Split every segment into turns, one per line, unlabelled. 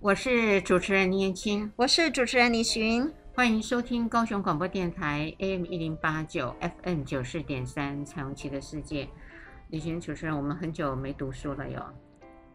我是主持人倪燕青，
我是主持人李寻。
欢迎收听高雄广播电台 AM 一零八九 FM 九四点三《彩虹旗的世界》。李寻主持人，我们很久没读书了哟，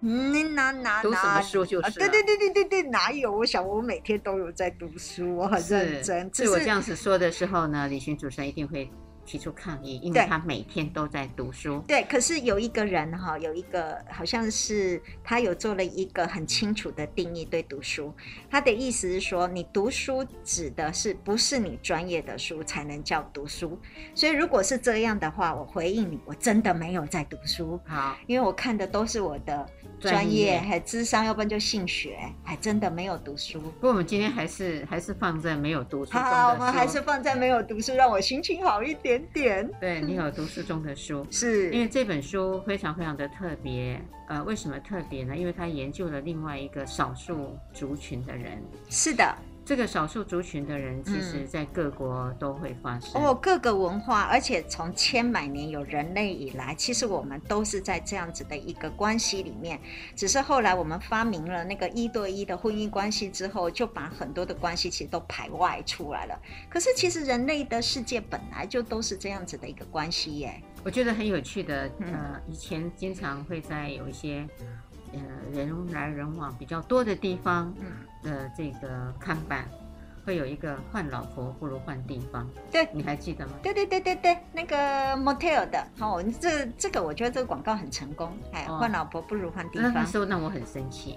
嗯，哪哪
读什
哪
么？书就
啊，
是
对
了。
对对对对对，哪有？我想我每天都有在读书，我很认真。
是
只
我
是
这样子说的时候呢，李寻主持人一定会提出抗议，因为
对
他每天都在读书。
对，可是有一个人哈，有一个好像是他有做了一个很清楚的定义对读书，他的意思是说，你读书指的是不是你专业的书才能叫读书？所以如果是这样的话，我回应你，我真的没有在读书，
好，
因为我看的都是我的专业，还智商，要不然就性学，还真的没有读书。
不过我们今天还是还是放在没有读书中
好
的
好，我们还
书
是放在没有读书，让我心情好一点点。
对你有读书中的书。因
是，
为这本书非常非常的特别，呃，为什么特别呢？因为它研究了另外一个少数族群的人，
是的，
这个少数族群的人其实
嗯
在各国都会发生。
哦，各个文化，而且从千百年有人类以来，其实我们都是在这样子的一个关系里面，只是后来我们发明了那个一对一的婚姻关系之后，就把很多的关系其实都排外出来了。可是其实人类的世界本来就都是这样子的一个关系耶。
我觉得很有趣的，
嗯
呃，以前经常会在有一些，呃，人来人往比较多的地方
嗯，
的这个看板，会有一个换老婆不如换地方，
对。
你还记得吗？
对对对对对，那个 motel 的，好、这这个我觉得这个广告很成功，哎，
哦嗯
换老婆不如换地
那那
方
时候让我很生气，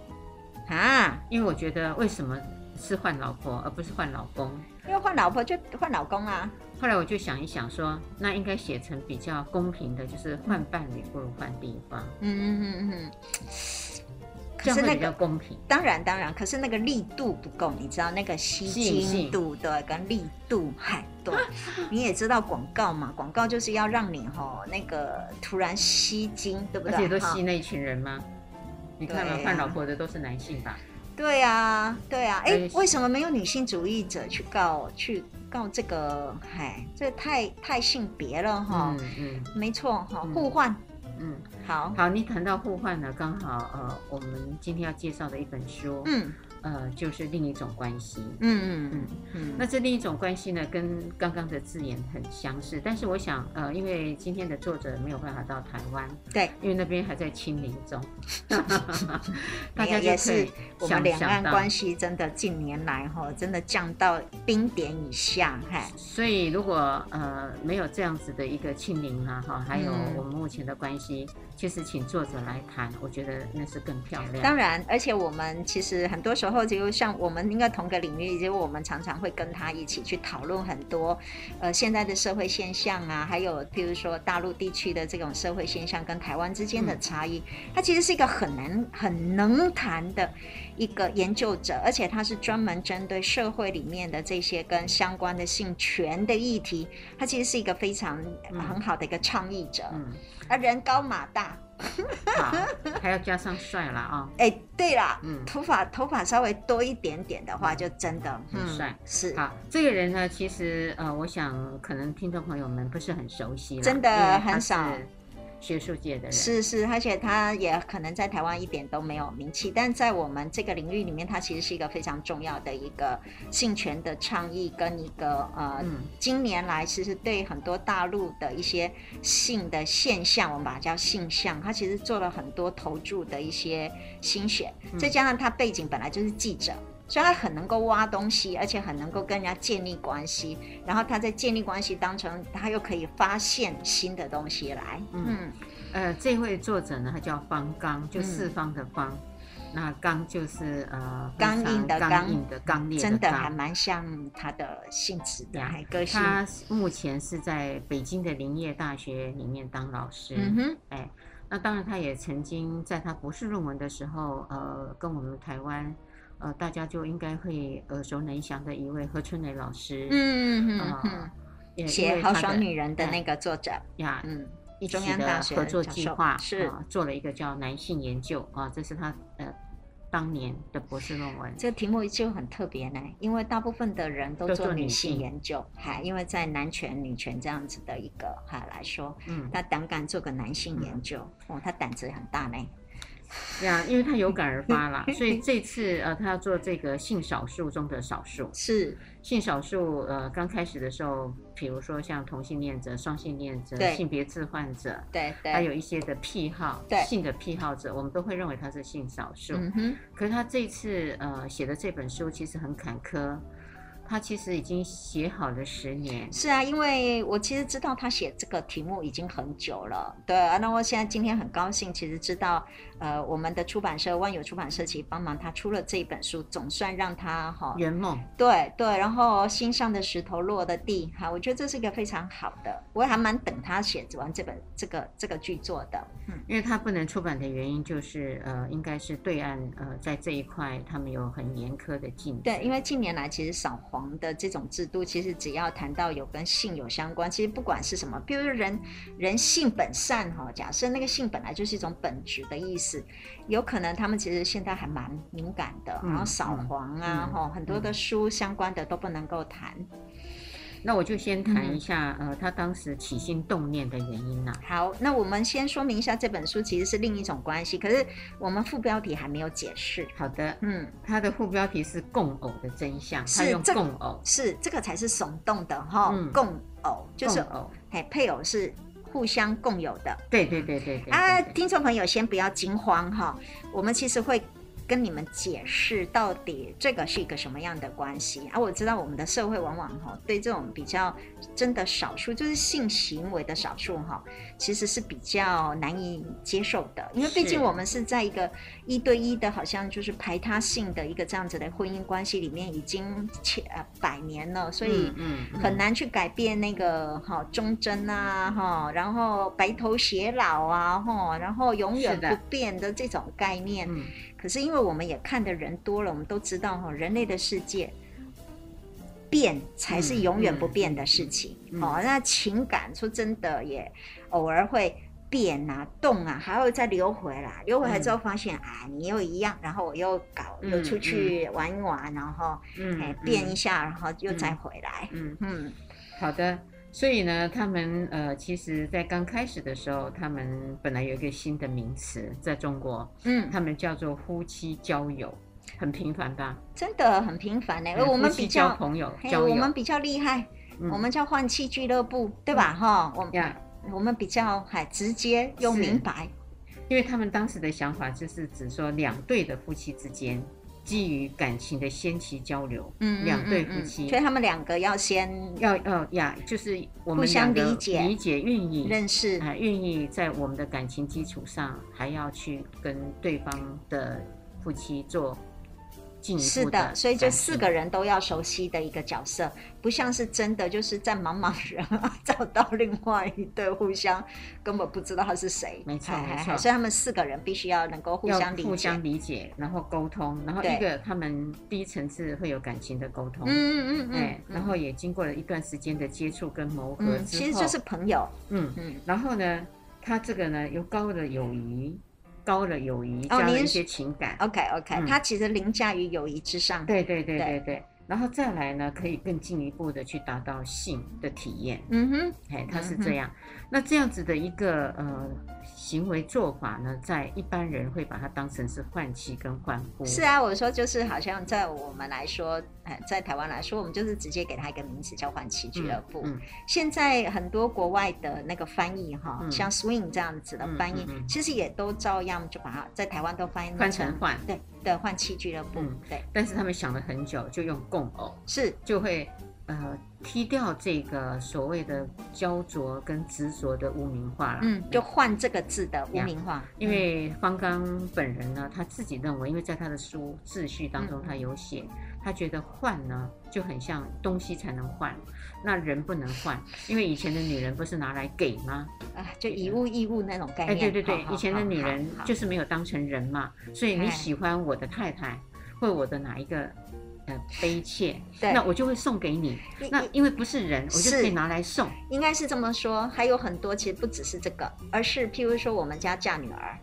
啊，
因为我觉得为什么是换老婆而不是换老公？
因为换老婆就换老公啊，
后来我就想一想说那应该写成比较公平的，就是换伴侣不如换地方，
嗯嗯嗯嗯。
这样
可是
会
那
比较
个
公平。
当然当然，可是那个力度不够，你知道那个吸
吸引
睛
性
度对跟力度，嗨， 对，你也知道广告嘛，广告就是要让你吼、那个突然吸睛，对不
而
对？
且都
哈
吸那一群人吗？你看嘛，
对啊
换老婆的都是男性吧？
对啊，对啊，
所以
哎，为什么没有女性主义者去告去告这个？嗨，这太太性别了哈、
嗯嗯。
没错哈，
嗯
互换、
嗯，
好，
好，你谈到互换呢，刚好呃，我们今天要介绍的一本书，
嗯
呃，就是另一种关系。
嗯嗯嗯，
那这另一种关系呢，跟刚刚的字眼很相似，但是我想，呃，因为今天的作者没有办法到台湾，
对，
因为那边还在清零 中， 大
没
家
有
就
也
可以
是我们两岸
想到
关系真的近年来哈，真的降到冰点以下，嗨，
所以，如果呃没有这样子的一个清零啊，哈，还有
嗯
我们目前的关系，其实请作者来谈，我觉得那是更漂亮。
当然，而且我们其实很多时候，就像我们应该同个领域，结果我们常常会跟他一起去讨论很多，呃，现在的社会现象啊，还有譬如说大陆地区的这种社会现象跟台湾之间的差异，他其实是一个很难很能谈的一个研究者，而且他是专门针对社会里面的这些跟相关的性权的议题，他其实是一个非常、
嗯
很好的一个倡议者，
嗯，
啊，人高马大，
好， 还要加上帅啦啊、
哎，对啦，
嗯，
头发头发稍微多一点点的话，就真的嗯
很帅
是
好，这个人呢，其实呃，我想可能听众朋友们不是很熟悉啦，
真的
因为他
很少
是学术界的人，
是是，而且他也可能在台湾一点都没有名气，但在我们这个领域里面，他其实是一个非常重要的一个性权的倡议跟一个呃。
嗯，
今年来，其实对很多大陆的一些性的现象，我们把它叫性向，他其实做了很多投注的一些心血，
嗯
再加上他背景本来就是记者。所以他很能够挖哦东西，而且很能够跟人家建立关系，然后他在建立关系当中，他又可以发现新的东西来。
嗯
嗯，
呃，这位作者呢，他叫方刚，就四方的方，那刚就是呃，非
刚硬的
常
刚嗯
刚硬的刚烈
真
的
的还
刚。
蛮像他的性质的，
呀
还个性。
他目前是在北京的林业大学里面当老师，
嗯哼，
哎，那当然，他也曾经在他博士论文的时候，呃，跟我们台湾，呃，大家就应该会耳熟能详的一位何春雷老师，
嗯嗯
啊
嗯，
也因
写
为
《豪
他
爽
的
女人》的
哎
那个作者，
呀，
嗯，
一
中
起
央
的
大学
合作
教
计
授
划
是
啊做了一个叫男性研究啊，这是他呃当年的博士论文。
这个题目就很特别呢，因为大部分的人都
都做
做
女
女性
性
研究，还因为在男权、女权这样子的一个哈来说，
嗯，
他胆敢做个男性研究，哦，他胆子很大呢。
对啊，因为他有感而发啦，所以这次呃，他要做这个性少数中的少数，
是
性少数呃，刚开始的时候，比如说像同性恋者、双性恋者、
对
性别置换者，
对对，
还有一些的癖好
对，
性的癖好者，我们都会认为他是性少数。
嗯哼，
可是他这次呃写的这本书其实很坎坷，他其实已经写好了十年，
是啊，因为我其实知道他写这个题目已经很久了，对。啊那我现在今天很高兴，其实知道，呃，我们的出版社万有出版社其实帮忙他出了这一本书，总算让他哈，
圆梦。
对对，然后心上的石头落的地，哈，我觉得这是一个非常好的，我还蛮等他写完这本这个这个剧作的，嗯，
因为它不能出版的原因就是，呃，应该是对岸呃在这一块他们有很严苛的禁止。
对，因为近年来其实扫黄的这种制度，其实只要谈到有跟性有相关，其实不管是什么，比如说人人性本善哈、假设那个性本来就是一种本质的意思，有可能他们其实现在还蛮敏感的，
嗯
然后扫黄啊
嗯
哈、很多的书相关的都不能够谈。
那我就先
嗯
谈一下，呃，他当时起心动念的原因啦、
好，那我们先说明一下这本书其实是另一种关系，可是我们副标题还没有解释。
好的，
嗯，
它的副标题是“共偶的真相”，
是
他用
这个
共偶，
是这个才是耸动的哈、
嗯
共偶就是
共偶，
哎配偶是互相共有的。
对对对对对
啊，
对对
听众朋友先不要惊慌哈，我们其实会跟你们解释到底这个是一个什么样的关系啊。我知道我们的社会往往哈对这种比较真的少数，就是性行为的少数哈，其实是比较难以接受的，因为毕
是
竟我们是在一个一对一的，好像就是排他性的一个这样子的婚姻关系里面已经千呃百年了，所以。
嗯嗯
很难去改变那个哈、忠贞啊哈、然后白头偕老啊哈、然后永远
是的
不变的这种概念。
嗯，
可是因为我们也看的人多了，我们都知道哈、人类的世界变才是永远不变的事情。
嗯嗯嗯
哦，那情感说真的也偶尔会。变啊，动啊，还会再流回来，流回来之后发现、啊，你又一样，然后我又搞，又
嗯
出去玩一玩，然后
嗯
哎、
嗯
变一下，然后又再
嗯
回来，
嗯，
嗯
好的。所以呢，他们呃，其实，在刚开始的时候，他们本来有一个新的名词，在中国，
嗯，
他们叫做夫妻交友，很频繁吧？
真的很频繁呢、
嗯
哎我们
夫
比
妻
较
交，朋友，
嘿
交
我
友，
们比较厉害，
嗯
我们叫换气俱乐部，对吧？哈、我们
呀
我们比较还直接又
是
明白，
因为他们当时的想法就是指说两对的夫妻之间基于感情的先期交流，
嗯，
两对
嗯
夫妻
所以他们两个要先
要要呀，就是我
互
们
相
两个
理解
理解愿意
认识，
啊，愿意在我们的感情基础上，还要去跟对方的夫妻做进一步
是的，
的，
所以就四个。人都要熟悉的一个角色，不像是真的就是在茫茫人 找到另外一对，互相根本不知道他是谁，
没错
哎
没
哎
错
所以他们四个人必须要能够互
要
相理解，
互相理解，然后沟通，然后
对
一个他们第一层次会有感情的沟通，
嗯嗯嗯
哎
嗯，，
然后也经过了一段时间的接触跟磨合之后，
嗯，其实就是朋友，
嗯，
嗯。
然后呢，他这个呢又高了友谊，高了友谊，
哦
加
你
了
是哦
一些情感。
OK OK，、
嗯
它其实凌驾于友谊之上。，
对对对
对
对对。然后再来呢，可以更进一步的去达到性的体验，
嗯哼，
哎，他是
嗯哼
这样。那这样子的一个呃行为做法呢，在一般人会把它当成是换妻跟换夫。
是啊，我说就是好像在我们来说，呃，在台湾来说，我们就是直接给它一个名词叫换妻
嗯，
俱乐部。
嗯
现在很多国外的那个翻译哈，
嗯
像 swing 这样子的
嗯
翻译，
嗯嗯
其实也都照样就把它在台湾都翻译
换成换。
对对换妻俱乐部，
嗯
对
但是他们想了很久，就用共偶，
是
就会呃踢掉这个所谓的焦灼跟执着的污名化了。
嗯，就换这个字的污名化，
啊因为方刚本人呢，他自己认为，因为在他的书秩序当中
嗯，
他有写，他觉得换呢就很像东西才能换，那人不能换，因为以前的女人不是拿来给吗？
啊、就以物易物那种概
哎，
念。
对对对
好，好
以前的
好
女
好
人
好
就是没有当成人嘛，所以
哎
你喜欢我的太太，或我的哪一个呃悲切，
对
那我就会送给你，
你
那
你
因为不是人，我就是可以拿来送，
应该是这么说，还有很多其实不只是这个，而是譬如说我们家嫁女儿，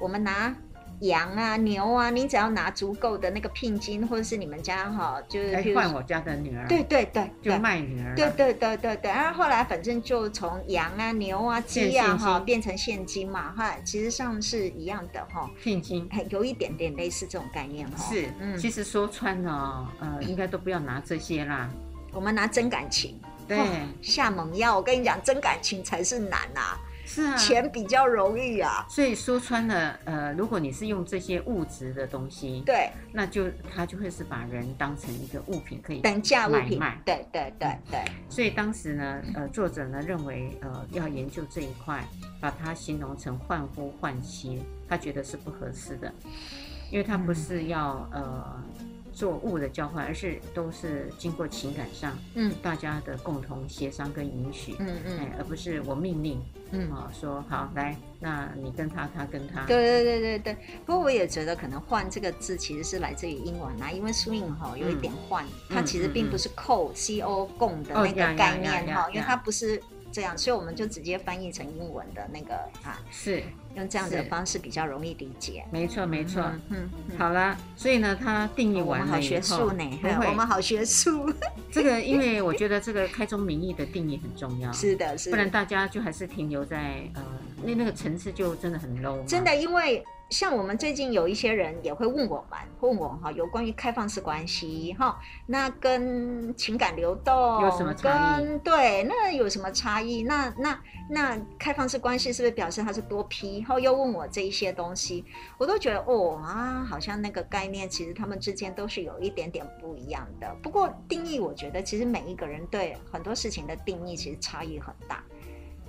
我们拿羊啊、牛啊，你只要拿足够的那个聘金，或者是你们家哈，就是
来
譬如
哎换
说
我家的女儿，
对，对对
就
对。
卖女儿了，
对对对对对，然后后来反正就从羊啊、牛啊、鸡
变
啊
现金
哈变成现金嘛哈，其实上是一样的哈，
聘金。
哎有一点点类似这种概念哈。
是，
嗯
其实说穿了哦，呃，应该都不要拿这些啦。哦
我们拿真感情
对，
下猛药，我跟你讲，真感情才是难啊，
是啊。
钱比较容易 啊。
所以说穿了，呃，如果你是用这些物质的东西，
对，
那就它就会是把人当成一个物品可以。
等价物品
买卖，
对对对对，
所以当时呢，呃，作者呢认为，呃，要研究这一块，把它形容成患夫患妻，他觉得是不合适的，因为他
嗯
不是要、呃做物的交换，而是都是经过情感上
嗯
大家的共同协商跟允许，
嗯嗯
哎，而不是我命令
嗯。
啊、说好来，那你跟他，他跟他，
对对对对对，不过我也觉得可能“换”这个字其实是来自于英文啊，因为 swing 哈、有一点换，它其实并不是
嗯
扣 c o 共的那
呀呀
个概念
哦呀
哈、
呀
因为它不是这样，所以我们就直接翻译成英文的那个啊，
是
用这样的
是
方式比较容易理解。
没错没错。
嗯，嗯嗯
好啦，所以呢，他定义
我
完
们好
了以
学
后，
术呢，
不
我们
会
好学 术。
这个，因为我觉得这个开宗明义的定义很重要，
是的，是
不然
的，
大家就还是停留在呃，那那个层次就真的很 low，嘛
真的，因为像我们最近有一些人也会问我们，问我哈，有关于开放式关系哈，那跟情感流动
有什么差异
跟对，那有什么差异？那那那开放式关系是不是表示它是多批？后又问我这一些东西，我都觉得哦啊，好像那个概念其实他们之间都是有一点点不一样的。不过定义，我觉得其实每一个人对很多事情的定义其实差异很大。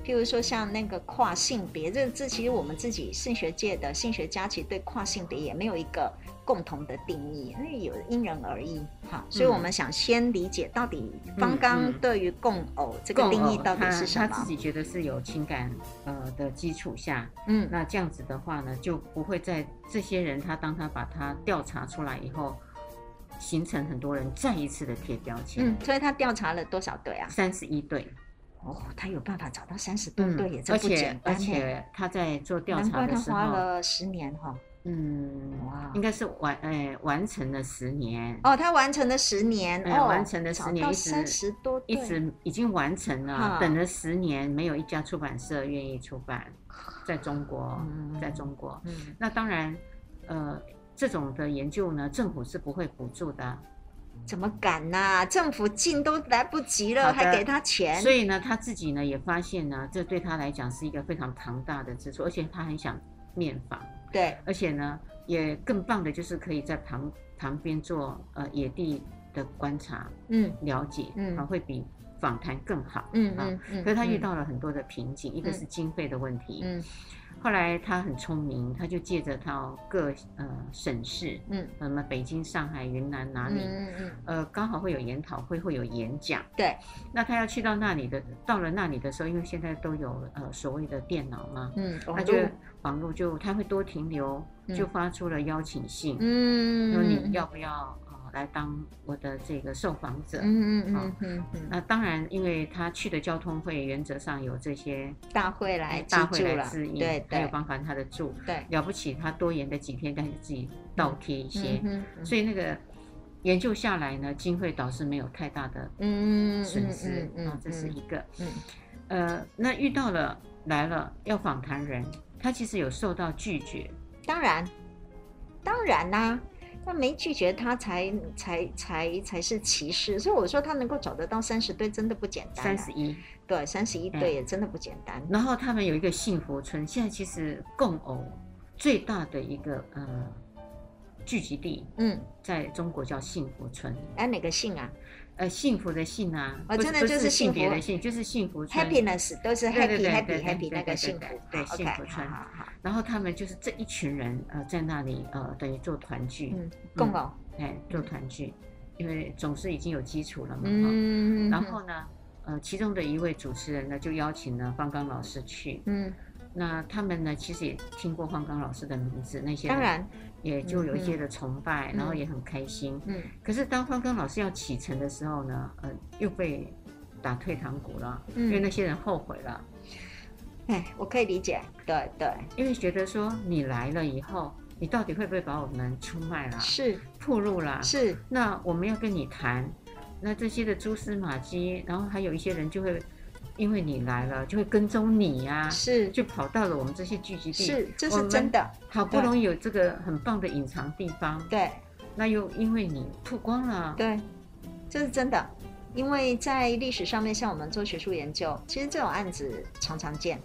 譬如说像那个跨性别这个字，其实我们自己性学界的性学家其实对跨性别也没有一个共同的定义，因为有因人而异哈。所以我们想先理解到底刚刚
嗯嗯
对于共偶这
共
个
偶
定义到底是什
他他自
么？
己觉得是有情感呃的基础下，
嗯，
那这样子的话呢，就不会在这些人他当他把他调查出来以后，形成很多人再一次的贴标签
嗯，，所以他调查了多少对啊？
三十一对，嗯
哦，他有办法找到三十多嗯对，也
而
真不简
且而
单耶。
且他在做调
难
查
怪
的
他
时
花
候，
了十年哈、
嗯，
哇
应该是完哎、完成了十年，
哦，他完成了十年，
哎
哦，
完成了十年一直
三十多对，
一直已经完成了
哈，
等了十年，没有一家出版社愿意出版，在中国，
嗯
在中国。
嗯
那当然，呃，这种的研究呢，政府是不会补助的，
怎么敢呐、政府进都来不及
好
了，
的
还给他钱
所？以呢，他自己呢也发现呢，这对他来讲是一个非常庞大的支出，而且他很想面访，
对，
而且呢，也更棒的就是可以在旁旁边做呃野地的观察
嗯
了解，
嗯
啊，会比访谈更好。
嗯
啊
嗯嗯。
可是他遇到了很多的瓶颈，一个
嗯
是经费的问题，
嗯
后来他很聪明，他就借着到各呃省市，呃
嗯
什么北京、上海、云南哪
嗯
里，
嗯嗯，
呃，刚好会有研讨会，会有演讲。
对，
那他要去到那里的，到了那里的时候，因为现在都有呃所谓的电脑嘛，
嗯，
他
网
就
络，
网络就他会多停留，
嗯
就发出了邀请信，
嗯，
说你要不要呃来当我的这个受访者？
嗯，嗯嗯嗯嗯嗯，
那当然，因为他去的交通会原则上有这些
大会来资
大会
助
来
了，
指引，
对
还有
对
包含他的住。
对，
了不起，他多延的几天，但是自己倒贴一些，
嗯嗯
所以那个研究下来呢，经费倒是没有太大的
嗯嗯
损失
嗯，嗯
啊，这是一个，
嗯
呃，那遇到了来了要访谈人，他其实有受到拒绝，
当然，当然啦、那没拒绝他才才才才是歧视，所以我说他能够找得到三十对真的不简单、啊，
三十一，
对三十一
哎
对也真的不简单。
然后他们有一个幸福村，现在其实共偶最大的一个呃聚集地，
嗯，
在中国叫幸福村，
哎、哪个姓啊
呃，幸福的幸啊，
哦
不
真的
不
就是是幸
性别
福
的幸，就是幸福村。
？Happiness 都是 happy
对对对
happy
对对对
happy 那个
对
幸
对
福，
对
好
幸
OK，
福
好
村
好好，
然后他们就是这一群人，呃，在那里呃，等于做团聚，
嗯，共哦，
哎，做团聚，因为总是已经有基础了嘛。哈
嗯，
然后呢，呃，其中的一位主持人呢，就邀请了方刚老师去。
嗯，
那他们呢，其实也听过方刚老师的名字，那些
当
人
然，
也就有一些
嗯
的崇拜，然后
嗯
也很开心。
嗯，
可是当方刚老师要启程的时候呢，呃，又被打退堂鼓了，
嗯
因为那些人后悔了，
哎，我可以理解，对对，
啊因为觉得说你来了以后，你到底会不会把我们出卖啦、
是
暴露啦？
是
那我们要跟你谈，那这些的蛛丝马迹，然后还有一些人就会因为你来了，就会跟踪你呀、
是
就跑到了我们这些聚集地，
是，这
啊嗯我
是
们
真的，
好不容易有这个很棒的隐藏地方，
对
那又因为你曝光了，
对，这是真的。因为在历史上面，像我们做学术研究，其实这种案子常常见，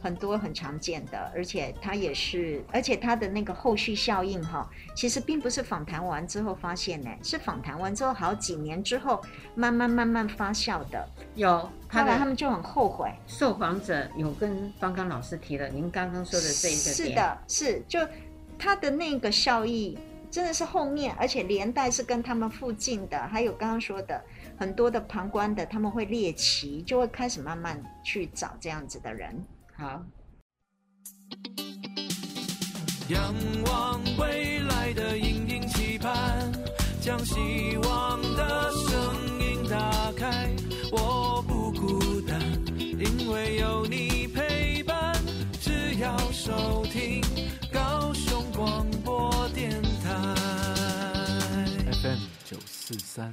很多很常见的，而且它也是，而且它的那个后续效应哈，其实并不是访谈完之后发现呢，是访谈完之后好几年之后，慢慢慢慢发酵的，
有他
后来他
的
们就很后悔。
受访者有跟方刚老师提了您刚刚说的这一个点，
是，的，是就它的那个效益真的是后面，而且连带是跟他们附近的，还有刚刚说的很多的旁观的，他们会猎奇，就会开始慢慢去找这样子的人。
好。
仰望未来的隐隐期盼，将希望的声音打开。我不孤单，因为有你陪伴。只要收听高雄广播电台 FM 九四三。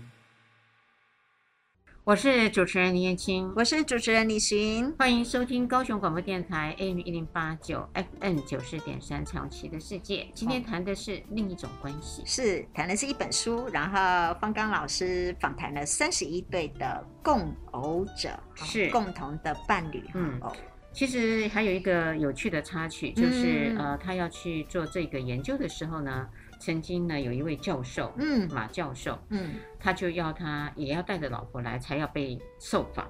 我是主持人林燕青，
我是主持人李寻，
欢迎收听高雄广播电台 AM 一零八九 FM 九四点三《长期的世界》。今天谈的是另一种关系，
是谈的是一本书，然后方刚老师访谈了三十一对的共偶者，哈
是
共同的伴侣，
嗯
嗯，偶
其实还有一个有趣的插曲，就是、
嗯
呃，他要去做这个研究的时候呢，曾经呢有一位教授，
嗯
马教授，
嗯，
他就要他也要带着老婆来，才要被受访。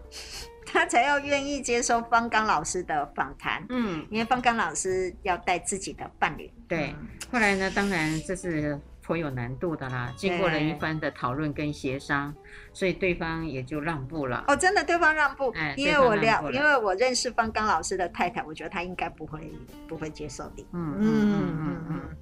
他才要愿意接受方刚老师的访谈。
嗯，
因为方刚老师要带自己的伴侣，
对。后来呢，当然这是颇有难度的啦，经过了一番的讨论跟协商，所以对方也就让步了。
哦，真的对方让步，
哎
因为
对方
我
让步
了，
了
因为我认识方刚老师的太太，我觉得她应该不会不会接受你。
嗯嗯嗯
嗯
嗯
嗯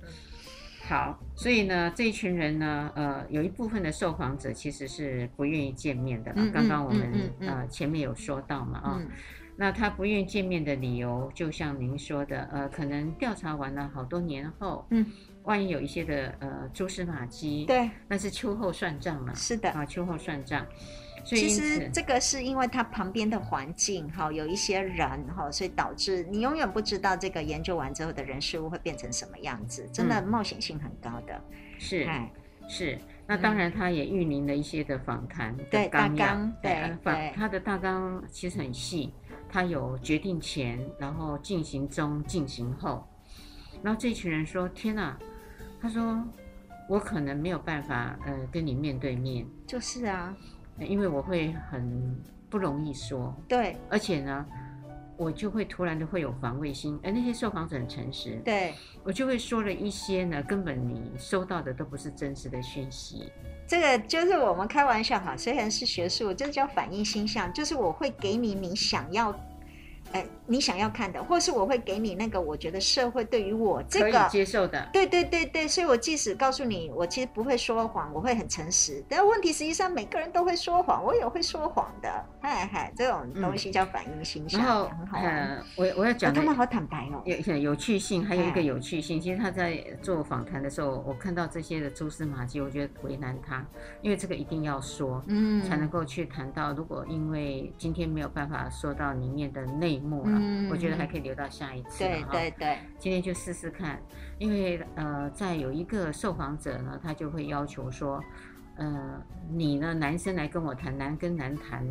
好，所以呢，这一群人呢，呃，有一部分的受访者其实是不愿意见面的啦。
嗯嗯
刚刚我们、
嗯嗯嗯
呃前面有说到嘛啊、
嗯
那他不愿意见面的理由，就像您说的，呃，可能调查完了好多年后，
嗯，
万一有一些的呃蛛丝马迹，
嗯，，对，
那是秋后算账了
是的。
啊，秋后算账。所以
其
因
实
此
这个是因为它旁边的环境哈、有一些人哈、所以导致你永远不知道这个研究完之后的人事物会变成什么样子，真的
嗯
冒险性很高的。
是
哎，
是，那当然他也预您了一些的访谈的
嗯对大
纲要
纲对
呃访
对
他的大纲其实很细，他有决定前，然后进行中，进行后，然后这群人说：“天哪、他说我可能没有办法呃跟你面对面，
就是啊，
呃因为我会很不容易说，
对
而且呢。”我就会突然的会有防卫心，而那些受访者很诚实，
对，
我就会说了一些呢，根本你收到的都不是真实的讯息。
这个就是我们开玩笑哈，虽然是学术，这叫反应星象，就是我会给你你想要，呃，你想要看的，或是我会给你那个我觉得社会对于我
可
这
以
个，
接受的，
对对对对，所以我即使告诉你，我其实不会说谎，我会很诚实，但问题实际上每个人都会说谎，我也会说谎的，嗨嗨，这种东西叫反应星象
然，后
很好玩。
呃，我我要
哦
讲的
他们好坦白哦，
有有有趣性，还有一个
哎
有趣性，其实他在做访谈的时候，我看到这些的蛛丝马迹，我觉得为难他，因为这个一定要说。
嗯，
才能够去谈到，如果因为今天没有办法说到里面的内幕了，
嗯
我觉得还可以留到下一次了啊
对
哈。
对对，
今天就试试看，因为呃，在有一个受访者呢，他就会要求说，呃，你呢，男生来跟我谈，男跟男谈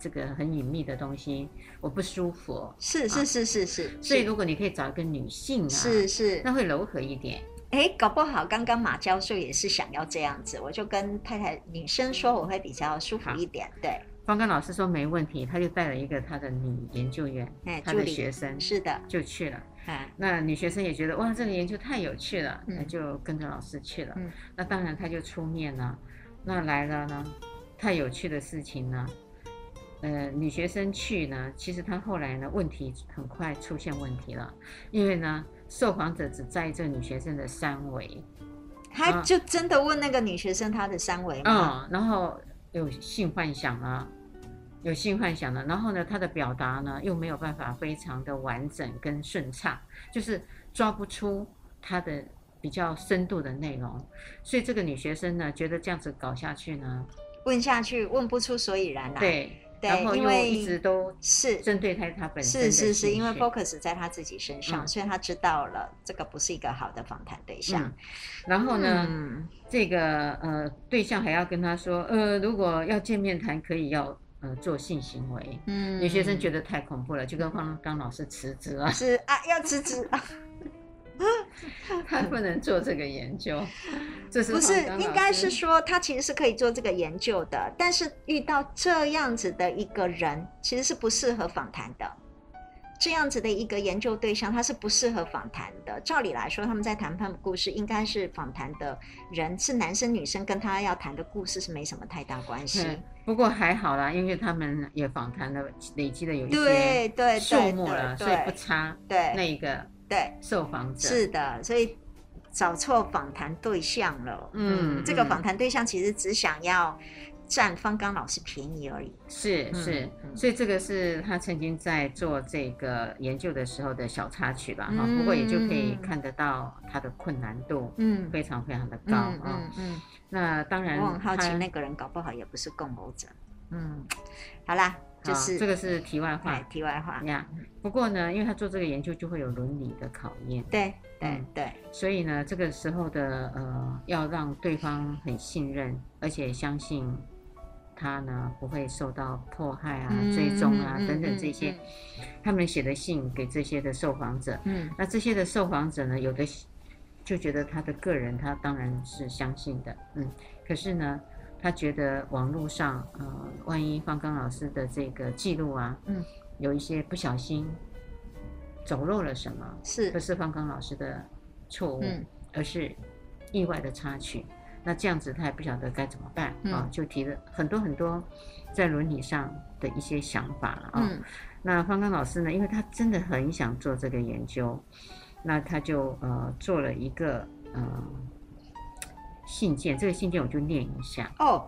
这个很隐秘的东西，我不舒服哦、
是是是是是，
所以如果你可以找一个女性啊，
是是
那会柔和一点。
哎，搞不好刚刚马教授也是想要这样子，我就跟太太女生说，
嗯
我会比较舒服一点。对，
方刚老师说没问题，他就带了一个他的女研究员
哎，，
他
助
的
理
学生
是的，
就去了。
哎，
那女学生也觉得哇，这个研究太有趣了，
嗯
那就跟着老师去了。
嗯
那当然他就出面了。那来了呢，太有趣的事情呢，呃，女学生去呢，其实她后来呢，问题很快出现问题了，因为呢，受访者只在意这个女学生的三围，
他就真的问那个女学生她的三围吗？
嗯，然后有性幻想啊，有性幻想的，然后呢，他的表达呢又没有办法非常的完整跟顺畅，就是抓不出他的比较深度的内容。所以这个女学生呢，觉得这样子搞下去呢，
问下去问不出所以然来、
对，
对
然后
因
又
为
一直都
是
针对她她本身
是
的
是是，
兴
因为
趣
focus 在他自己身上，
嗯
所以他知道了这个不是一个好的访谈对象
嗯。，然后呢，
嗯
这个呃对象还要跟她说，呃，如果要见面谈，可以要呃做性行为。
嗯
女学生觉得太恐怖了，就跟方刚老师辞职 了，
是啊，要辞职啊，
她不能做这个研 究。这是
不是
方刚，老
应该是
师
说他其实是可以做这个研究的，但是遇到这样子的一个人，其实是不适合访谈的。这样子的一个研究对象，他是不适合访谈的。照理来说，他们在谈判故事，应该是访谈的人是男生女生，跟他要谈的故事是没什么太大关系。
嗯不过还好啦，因为他们也访谈了，累积的有一些
对对
数
对
目了，
对
所以不
对
差那
对
一个
对，
受访者。
是的，所以找错访谈对象了。
嗯
这个
嗯
访谈对象其实只想要占方刚老师便宜而已。
是
嗯
是，
嗯
所以这个是他曾经在做这个研究的时候的小插曲吧，哈、不过也就可以
嗯
看得到他的困难度
嗯，
非常非常的高啊、
嗯嗯嗯，
那当然，
我很好奇
他
那个人搞不好也不是共谋者。嗯，好啦，就
啊
是、
这个是题外话嗯
哎，题外话。
呀。不过呢，因为他做这个研究就会有伦理的考验，
对对
嗯
对，
所以呢，这个时候的呃，要让对方很信任，而且相信他呢不会受到迫害啊、
嗯
追踪啊、
嗯
等等
嗯
这些，他们写的信给这些的受访者，
嗯
那这些的受访者呢，有的就觉得他的个人，他当然是相信的，嗯，可是呢，他觉得网络上，呃，万一方刚老师的这个记录啊，
嗯，
有一些不小心走漏了什么，不
是
是方刚老师的错误，
嗯
而是意外的插曲。那这样子他也不晓得该怎么办啊、
嗯
就提了很多很多在伦理上的一些想法了啊、
嗯
那方刚老师呢，因为他真的很想做这个研究，那他就呃做了一个呃信件，这个信件我就念一下，
哦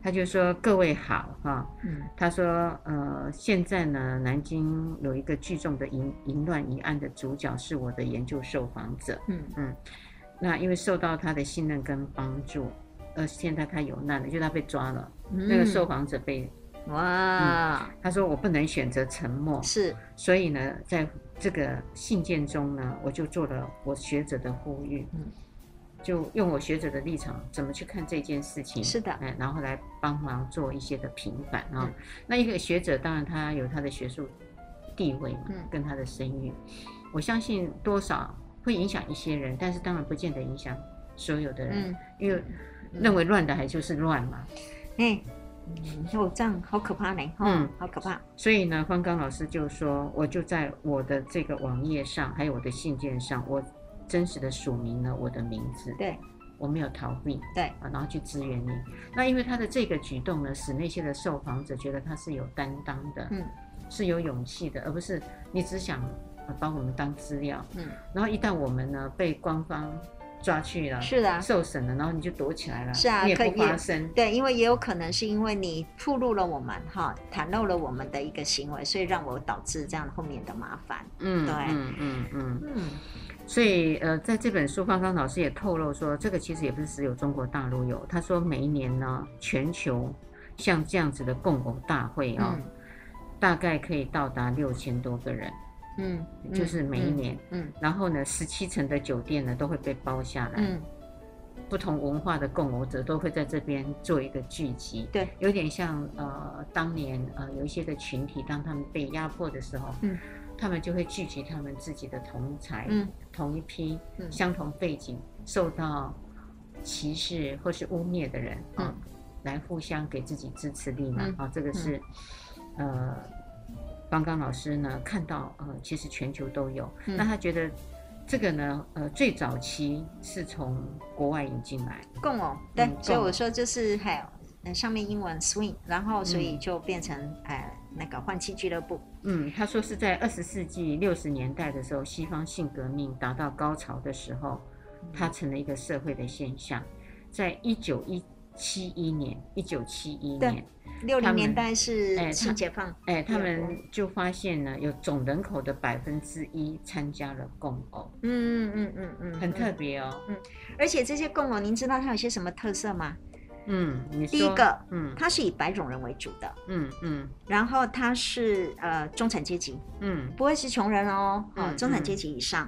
他就说各位好哈、
嗯
他说：“呃，现在呢，南京有一个聚众的淫淫乱一案的主角是我的研究受访者。
嗯
那因为受到他的信任跟帮助，呃，现在他有难了，就是他被抓了，
嗯
那个嗯受访者被
哇、
他说我不能选择沉默，
是
所以呢，在这个信件中呢，我就做了我学者的呼吁，
嗯
就用我学者的立场怎么去看这件事情，
是的
哎，然后来帮忙做一些的平反啊、
嗯
那一个学者当然他有他的学术地位嘛，
嗯
跟他的声誉，我相信多少会影响一些人，但是当然不见得影响所有的人，
嗯
因为认为乱的还就是乱嘛，
哎、嗯哦这样好可怕呢，哦、
嗯
好可怕，
所以呢，方刚老师就说，我就在我的这个网页上，还有我的信件上，我真实的署名了我的名字，
对
我没有逃避
对，
啊，然后去支援你。那因为他的这个举动呢，使那些的受访者觉得他是有担当的，
嗯
是有勇气的，而不是你只想呃把我们当资料。
嗯，
然后一旦我们呢被官方抓去了，
是的、啊。
受审了，然后你就躲起来了，
是啊
你也
可
不
以
发声。
对，因为也有可能是因为你暴露了我们哈，袒露了我们的一个行为，所以让我导致这样后面的麻烦。
嗯，
对
嗯嗯嗯。
嗯，
所以，呃，在这本书，方刚老师也透露说，这个其实也不是只有中国大陆有。他说，每一年呢，全球像这样子的共偶大会哦，
嗯
大概可以到达六千多个人，
嗯，
就是每一年。
嗯，
然后呢，十七层的酒店呢都会被包下来，
嗯
不同文化的共偶者都会在这边做一个聚集。
对，
有点像呃，当年呃有一些的群体，当他们被压迫的时候，
嗯，
他们就会聚集他们自己的同才，
嗯
同一批
嗯
相同背景、受到歧视或是污蔑的人啊、来互相给自己支持力嘛
嗯
啊，这个是、呃，方刚老师呢看到呃，其实全球都有，
嗯
那他觉得这个呢呃最早期是从国外引进来，
嗯，共哦，对，
嗯
所以
共
我
偶
说就是还有呃上面英文 swing，然后所以
嗯
就变成、呃那个换气俱乐部。
嗯，他说是在二十世纪六十年代的时候，西方性革命达
嗯
到高潮的时候，它成了一个社会的现象。在一九一七一年，一九七一
对
年，
六
他
零
们
年代
哎
是是
他
解放，
哎，他
美国
们就发现呢，有总人口的百分之一参加了共偶，
嗯嗯嗯嗯嗯，
很特
嗯。
别哦。
而且这些共偶，哦您知道它有些什么特色吗？
嗯，你
第一
说
个，
嗯
它是以白种人为主的，
嗯嗯
然后它是呃中产阶级，
嗯
不会是穷人哦，哦
嗯
中产阶级以上。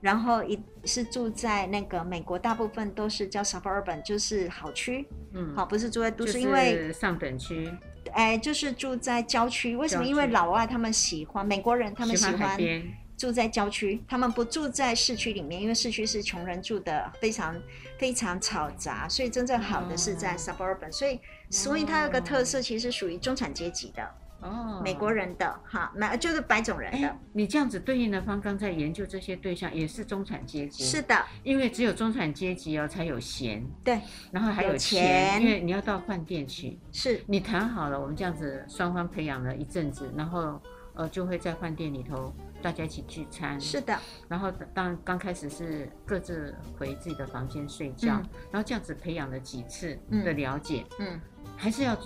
然后一是住在那个美国，大部分都是叫 suburban，就是好区，哦
嗯，
好、，不是住在都
就
市，
是
因为
上等区，
哎，就是住在郊区。为什么？
郊
因为
区
老外他们喜欢美国人，他们喜
喜欢海
欢
边，
住在郊区，他们不住在市区里面，因为市区是穷人住的，非常非常嘈杂，所以真正好的是在
哦
suburban，、所以所以它有
嗯
个特色，其实属于中产阶级的、
哦，
美国。人的哈，那就是白种人的
哎，，你这样子对应的方刚在研究这些对象也是中产阶级，
是的，
因为只有中产阶级哦才有闲，
对，
然后还
有
钱，
钱
因为你要到饭店去，
是
你谈好了，我们这样子双方培养了一阵子，然后呃就会在饭店里头大家一起聚餐，
是的，
然后当然刚开始是各自回自己的房间睡觉，
嗯
然后这样子培养了几次
嗯
的了解，
嗯，
还是要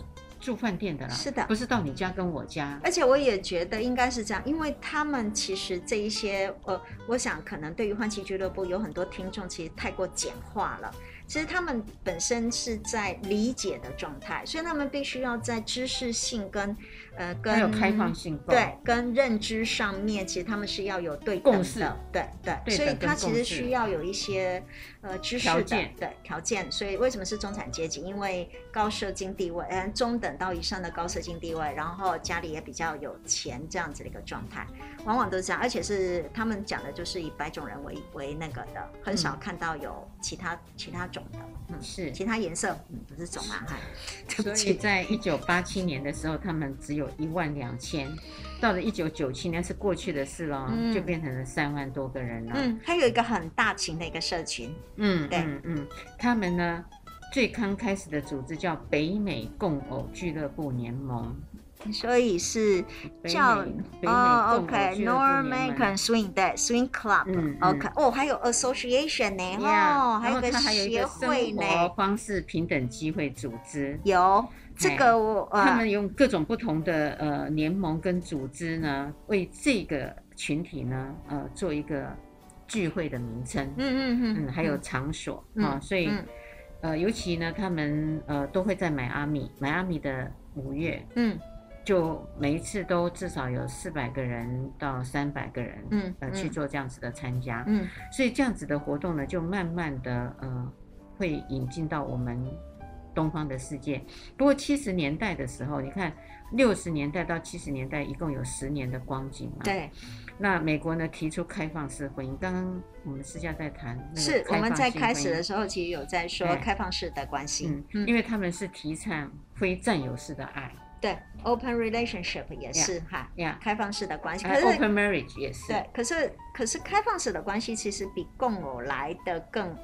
住饭店的啦，
是的
不是到你家跟我家，
而且我也觉得应该是这样，因为他们其实这一些，呃，我想可能对于换气俱乐部有很多听众其实太过简化了。其实他们本身是在理解的状态，所以他们必须要在知识性跟呃跟
还有开放性够，
对跟认知上面，其实他们是要有对等
哦共识
的，对对，
对
所以
等跟
他其实
共识
需要有一些呃知识
条
的
件
对条件。所以为什么是中产阶级？因为高社经地位，嗯、中等到以上的高社经地位，然后家里也比较有钱这样子的一个状态，往往都是这样，而且是他们讲的就是以白种人为为那个的，很
嗯
少看到有其他、其他种的，嗯，
是。
其他颜色、嗯、不是种啊，哎，对
所
不
以
起，
在一九八七年的时候，他们只有一万两千，到了一九九七年是过去的事了，
嗯
就变成了三万多个人了。
嗯，它有一个很大型的一个社群，
嗯，
对
嗯嗯，他们呢最刚开始的组织叫北美共偶俱乐部联盟，
所以是
北
叫
美北美共
哦
偶俱乐部
，OK，North
联盟。
American Swing 对 Swing
嗯
Club
嗯
OK，哦，还有 Association 呢，
Yeah，
哦，还
然
有
后
个
它还有一
协
个
会
生
呢，
活方式平等机会组织，
有这个我
他
呃
们用各种不同的呃联盟跟组织呢，为这个群体呢呃做一个聚会的名称
嗯，嗯
嗯，
嗯，
还有场所啊，
嗯
所以
嗯
呃尤其呢他们呃都会在迈阿密，迈阿密的五月
嗯
就每一次都至少有四百个人到三百个人，
嗯
呃，
嗯
去做这样子的参加，
嗯
所以这样子的活动呢，就慢慢的呃，会引进到我们东方的世界。不过七十年代的时候，你看六十年代到七十年代一共有十年的光景嘛，。
对，
那美国呢提出开放式婚姻，刚刚我们私下在谈那个
是我
放
们在
性
开
婚
始
姻
的时候其实有在说
哎
开放式的关系
嗯，，因为他们是提倡非占有式的爱
对，Open Relationship 也是哈，
呀、
开放式的关系，
还
可
有
是
呃 open marriage 也是，
对，可是可是开放式的关系其实比共偶来的更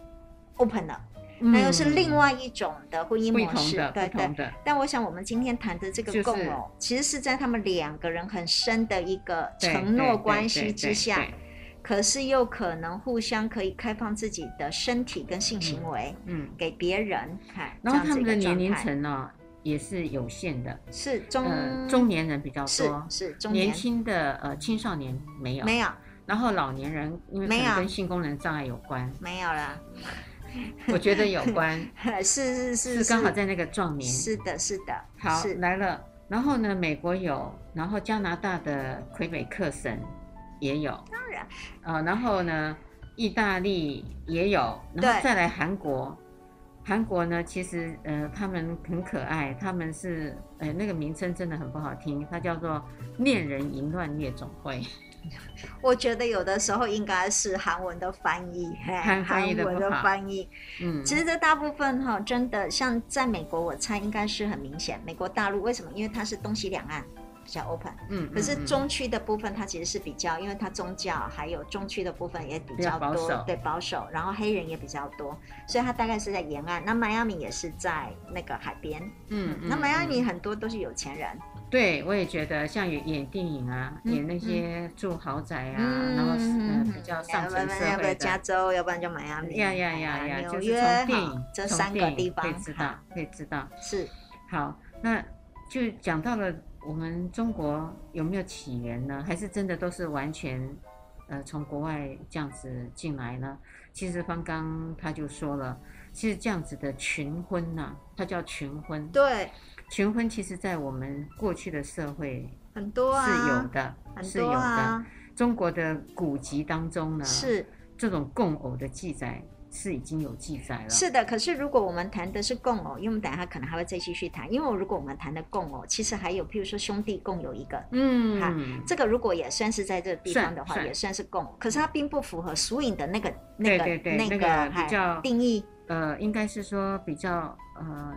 open 了。那又是另
嗯
外一种的婚姻
不
模
同
式，
的，
对
不
对
同。的，
但我想，我们今天谈的这
就
个
是
共偶，其实是在他们两个人很深的一个
对
承
对
诺
对
关
对
系之
对
下
对，
可是又可能互相可以开放自己的身体跟性行为
嗯，
给别人，看这
然后
样
他们
子一
的
个
年
状
龄
态
层呢也是有限的，
是中
呃，中年人比较
嗯是
多，
是中
年
年
轻的呃青少年没有，
没有
然后老年人因为可
没
能
有
跟性功能障碍有关，
没有啦，
我觉得有关，
是是
是
是
刚好在那个壮年。
是的是的，
好
是
来了，然后呢，美国有，然后加拿大的魁北克省也有，
当然
呃，然后呢，意大利也有，然后
对
再来韩国。韩国呢，其实呃，他们很可爱，他们是呃，那个名称真的很不好听，它叫做“恋人淫乱夜总会
我觉得有的时候应该是韩文的翻译，嘿
韩翻译得不
文的
好
翻译。”。
嗯，
其实这大部分哈、真的像在美国，我猜应该是很明显。美国大陆为什么？因为它是东西两岸比较 open，
嗯，
可是
嗯嗯
中区的部分它其实是比较，因为它宗教还有中区的部分也比较
比
多，
较保守
对保守，然后黑人也比较多，所以它大概是在沿岸。那迈阿密也是在那个海边，
嗯，嗯
那迈阿密
嗯
很多都是有钱人，
对，我也觉得像演演电影啊，
嗯
演那些住豪宅啊，
嗯，
然后是呃
嗯
比较上
要
层
不
社
然要不
会
然
的
加。州，要不然就迈阿密，
呀呀呀
哎
呀！
纽
就是
约
从电
哈
影，
这
从
三个
电影
地方
可以知道
哈，
可以知道。
是，
好，那就讲到了我们中国有没有起源呢？还是真的都是完全呃从国外这样子进来呢？其实方刚他就说了，其实这样子的群婚呐、它叫群婚。
对，
群婚其实在我们过去的社会
很多啊，
是有的，
很
是有
多
的。嗯啊
啊，
中国的古籍当中呢，
是
这种共偶的记载是已经有记载了。
是的，可是如果我们谈的是共偶，因为我们等一下可能还会再继续谈，因为如果我们谈的共偶，其实还有譬如说兄弟共有一个，好
嗯，
这个如果也算是在这个地方
算
的话，
算
也算是共偶，可是它并不符合苏影的那个那
对
个
对对那个
个
比
哎
较
定义，
呃，应该是说比较呃，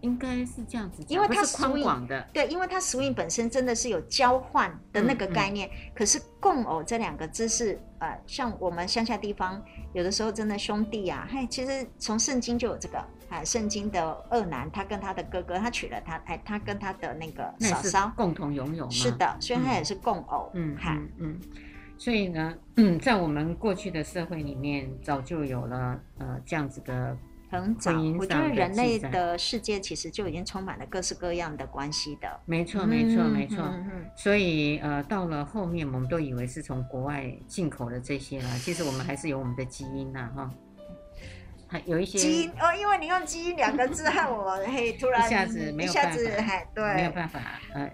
应该是这样子讲，
因为它
它是宽
属于
广的，
对，因为它 swing 本身真的是有交换的那
嗯
个概念，可是共偶这两个字是呃，像我们乡下地方，有的时候真的兄弟啊，嘿，其实从圣经就有这个啊，圣经的二男他跟他的哥哥，他娶了他，哎，他跟他的那个
那也
嫂
是
嫂，
共同拥有嘛。
是，的，所以他也是共偶，
嗯
哈，
嗯嗯。所以呢， 嗯，在我们过去的社会里面，早就有了呃这样子的，
很早
婚姻，
我觉得
上的
人类
记载
的世界其实就已经充满了各式各样的关系的，
没错没错没错。
嗯嗯嗯
所以呃，到了后面我们都以为是从国外进口的这些啦，其实我们还是有我们的基因呐、哈，还有一些
基因哦，因为你用基因两个字，害我 嘿突然
一下子没有
一下
办
子
法
嘿
没有
对，
办法呃，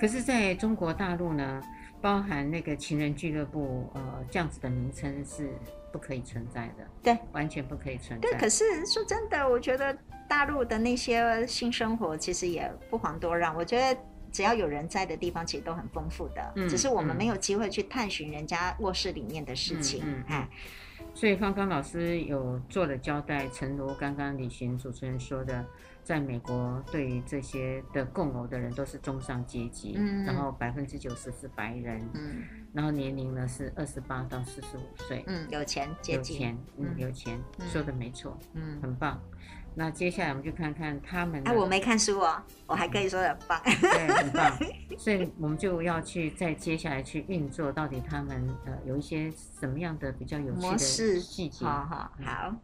可是在中国大陆呢，包含那个情人俱乐部呃这样子的名称是不可以存在的，
对，
完全不可以存在
对，。可是说真的，我觉得大陆的那些性生活其实也不遑多让，我觉得。只要有人在的地方，其实都很丰富的，
嗯
只是我们
嗯
没有机会去探寻人家卧室里面的事情。
嗯嗯
哎，
所以方刚老师有做了交代，诚如刚刚李寻主持人说的，在美国对于这些的共偶的人都是中上阶级，
嗯
然后百分之九十是白人，
嗯
然后年龄呢是二十八到四十五岁，
嗯，有钱接
有
近，
钱，嗯
嗯，
有钱，
嗯
说的没错，
嗯，
很棒。那接下来我们就看看他们呢，
哎、我没看书哦，我还可以说的棒。
对，很棒。所以我们就要去再接下来去运作，到底他们呃有一些什么样的比较有趣
模
的
式
细节？
好好
嗯
好，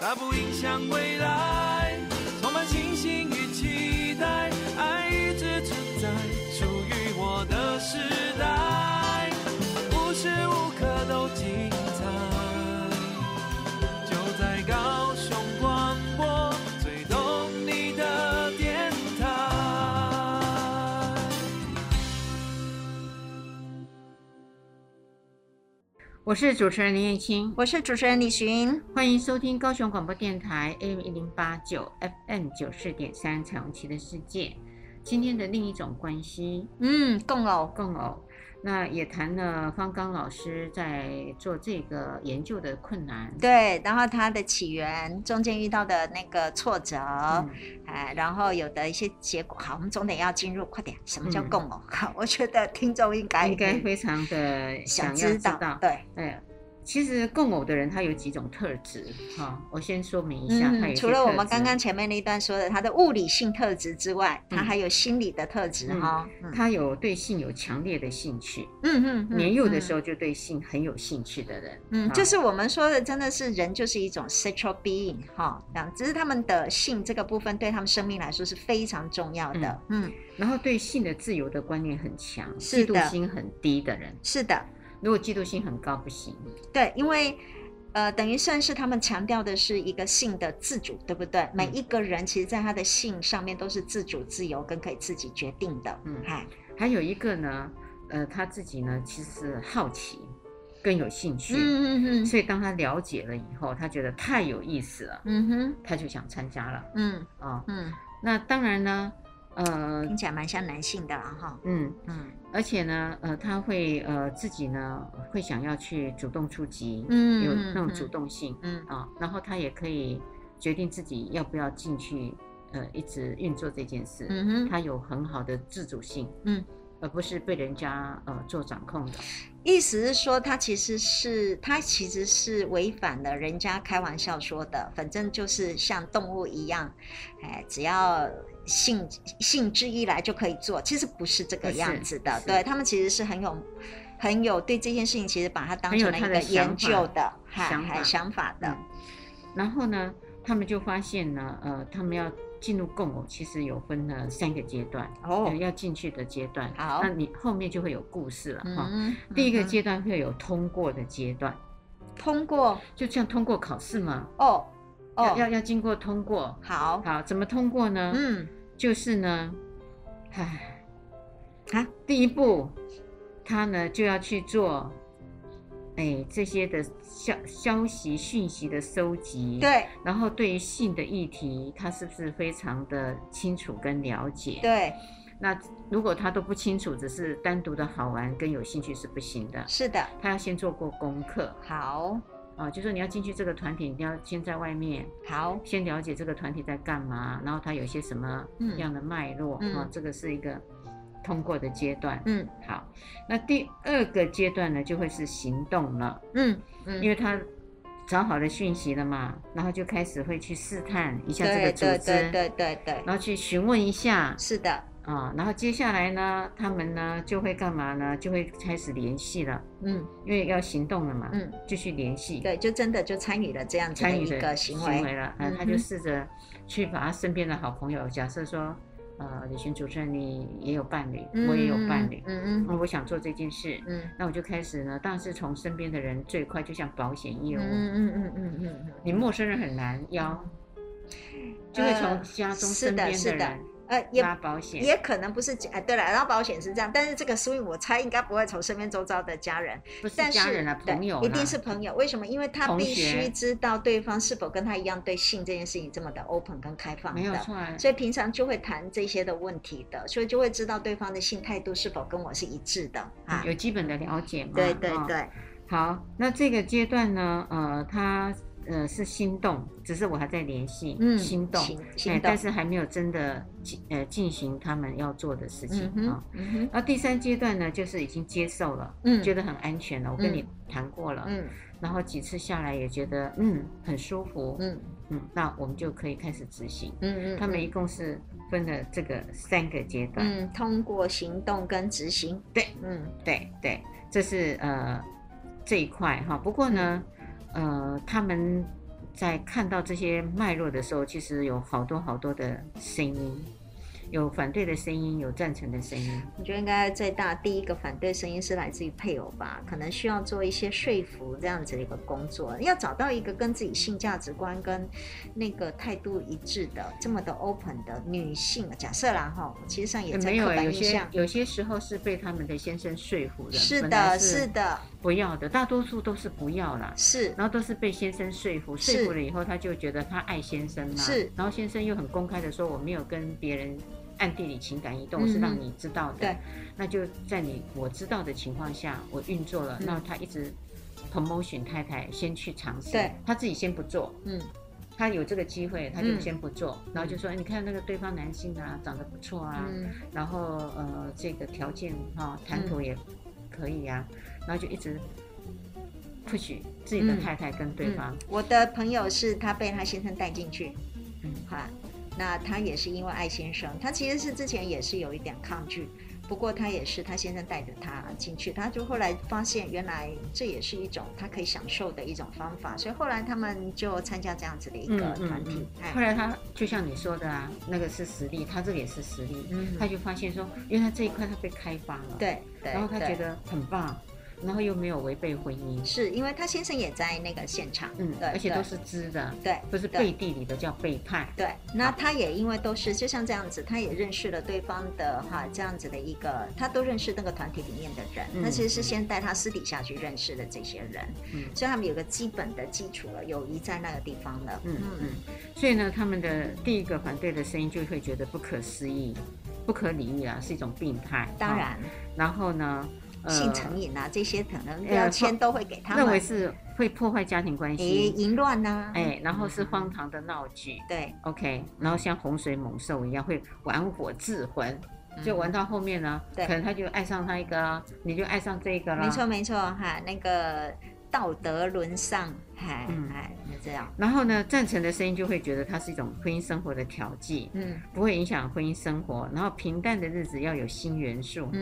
它不影响未来，充满信心与期待，爱一直存在，属于我的时代，无时无刻都精彩。就在高雄广播最懂你的电台。
我是主持人林燕青，
我是主持人李寻，
欢迎收听高雄广播电台 AM 一零八九 FM 九四点三《彩虹旗的世界》。今天的另一种关系
嗯，共偶，
共偶，那也谈了方刚老师在做这个研究的困难。
对，然后它的起源中间遇到的那个挫折，
嗯，
哎，然后有的一些结果，好，我们总得要进入，快点，什么叫
嗯
共偶？好， 我觉得听众应该
应该非常的想
想
要知道。
对，
哎，其实共偶的人他有几种特质哈、我先说明一下，他有
嗯，
一些
除了我
特
们
质
刚刚前面那一段说的他的物理性特质之外，他
嗯
还有心理的特质
嗯
哈，嗯
他有对性有强烈的兴趣，
嗯嗯，
年幼的时
候，
候就对性很有兴趣的人，
嗯，
啊
就是我们说的，真的是人就是一种 sexual being 哈，这样，只是他们的性这个部分对他们生命来说是非常重要的，嗯，
然后对性的自由的观念很强，
是
嫉
的
妒心很低的人，
是的，
如果嫉妒心很高不行，
对，因为呃，等于算是他们强调的是一个性的自主，对不对？每一个人其实，在他的性上面都是自主、自由跟可以自己决定的。
嗯
哎，
还有一个呢，呃，他自己呢其实是好奇，更有兴趣，
嗯嗯
所以当他了解了以后，他觉得太有意思了，
嗯哼，
他就想参加了
嗯
啊、
嗯，
那当然呢，呃，
听起来蛮像男性的了哈。
嗯。
嗯
而且呢，呃，他会呃自己呢会想要去主动出击，
嗯
有
嗯
那种
嗯
主动性
嗯
啊、然后他也可以决定自己要不要进去，呃，一直运作这件事。
嗯哼，
他有很好的自主性，
嗯，
而不是被人家呃做掌控的。
意思是说，他其实是他其实是违反了人家开玩笑说的，反正就是像动物一样，哎，只要兴兴致一来就可以做，其实不是这个
不是
样子的。
不是
对他们其实是很有很有对这件事情，其实把它当
很有
成
他
了一个
的想
研
法
究的，还
想
还
法
想法的
嗯。然后呢，他们就发现呢，呃，他们要进入共偶，其实有分了三个阶段，
哦
呃，要进去的阶段。
好
那你后面就会有故事了哈。
嗯，
哎第一个
嗯哼
阶段会有通过的阶段，
通过
就像通过考试嘛，
哦
要
哦
要要经过通过。
好，
好，怎么通过呢？
嗯
就是呢，唉，
啊
第一步，他呢就要去做，哎，这些的消消息讯息的收集，，
对
然后对于性的议题，他是不是非常的清楚跟了解？，
对
那如果他都不清楚，只是单独的好玩跟有兴趣是不行的，
是的
他要先做过功课
好
啊、就说你要进去这个团体，你要先在外面
好
先了解这个团体在干嘛，然后它有些什么样的脉络啊、
嗯嗯
这个是一个通过的阶段。
嗯
好，那第二个阶段呢，就会是行动了，
嗯嗯
因为他找好了讯息了嘛，然后就开始会去试探一下这个
对
组
对
织，
对对对对
然后去询问一下
是的
啊、然后接下来呢，他们呢就会干嘛呢？就会开始联系了，
嗯
因为要行动了嘛，
嗯
就去联系。
对就真的就参与了这样子的
参与
一
的
个行
为
为
了，嗯、他
嗯
就
哼
试着去把他身边的好朋友，假设说，呃，旅行主持人你也有伴侣，我也有伴侣，
嗯嗯
那我想做这件事，
嗯
那我就开始呢，当然是从身边的人最快，就像保险业务，
嗯嗯嗯嗯
你陌生人很难邀，就会从家中
呃是
身
的
边
是的
人
呃也
拉保险，
也可能不是家哎，对了，然后保险是这样，但是这个疏运我猜应该不会从身边周遭的家人，
不是
但是
家人啊，
对
朋友
一定
啦
是朋友。为什么？因为他
同
必须
学
知道对方是否跟他一样对性这件事情这么的 open 跟开放
没有
的，
错啊，
所以平常就会谈这些的问题的，所以就会知道对方的性态度是否跟我是一致的啊。
有基本的了解嘛，
对对
哦
对，
好，那这个阶段呢，呃，他呃是心动，只是我还在联系，
嗯，
心动，
行
哎
行动
但，是还没有真的进呃进行他们要做的事情
嗯
啊
哼。，嗯哼，
那、第三阶段呢，就是已经接受了，
嗯
觉得很安全了。我跟
嗯
你谈过了，
嗯
然后几次下来也觉得嗯很舒服，嗯
嗯
那我们就可以开始执行。
嗯嗯，
他们一
嗯
共是分了这个三个阶段，
嗯，通过行动跟执行，
对，
嗯。
对对，这是呃这一块哈。不过呢，呃，他们在看到这些脉络的时候，其实有好多好多的声音，有反对的声音，有赞成的声音。
我觉得应该最大第一个反对声音是来自于配偶吧，可能需要做一些说服这样子的一个工作，要找到一个跟自己性价值观跟那个态度一致的、这么的 open 的女性。假设啦哈，其实上也
也
在
没有
刻
欸
板
有
印
些
象。
有些时候是被他们的先生说服的，
是
本来
的，是，的，
不要的，大多数都是不要啦。
是
然后都是被先生说服，说
是
服了以后，他就觉得他爱先生嘛。
是
然后先生又很公开的说，我没有跟别人暗地里情感移动，我是
嗯
让你知道的。
对。
那就在你我知道的情况下，我运作了。
嗯
那他一直 promotion 太太先去尝试
对，
他自己先不做。
嗯
他有这个机会，他就
嗯
先不做，然后就说：“哎你看那个对方男性啊，长得不错啊，
嗯
然后呃，这个条件哈、谈吐也可以啊，然后就一直 push 自己的
嗯
太太跟对方，
我的朋友是她被她先生带进去，
嗯
哈，那她也是因为爱先生，她其实是之前也是有一点抗拒，不过她也是她先生带着她进去，她就后来发现原来这也是一种她可以享受的一种方法，所以后来他们就参加这样子的一
嗯
个
嗯
团体
嗯，
哎
后来他就像你说的啊，那个是实力，他这个也是实力，
嗯
他就发现说，原来这一块他被开发了，，
对对，
然后他
对
觉得很棒，然后又没有违背婚姻，
是因为她先生也在那个现场，
嗯，
对
而且都
对
是知的，
对。
不是
对
背地里的叫背叛，
对，那他也因为都是就像这样子，他也认识了对方的哈这样子的一个，他都认识那个团体里面的人，
嗯
那其实是先带他私底下去认识的这些人，
嗯
所以他们有个基本的基础了，友谊在那个地方了。
嗯嗯，所以呢，他们的第一个反对的声音就会觉得不可思议、不可理喻啊，是一种病态。
当
哦
然，
然后呢，呃，
性成瘾啊这些可能
呃
标签都会给他
认为
们，
是会破坏家庭关
诶，
系，
淫乱呐、
嗯哎，然后是荒唐的闹剧。
对，
OK，然后像洪水猛兽一样会玩火自焚，就玩到后面呢，
嗯对
可能他就爱上他一个啊，你就爱啊上这一个了。
没错没错哈，那个道德沦丧，嗨
嗯
嗨，这样，
然后呢，赞成的声音就会觉得它是一种婚姻生活的调剂，
嗯
不会影响婚姻生活。然后平淡的日子要有新元素。
嗯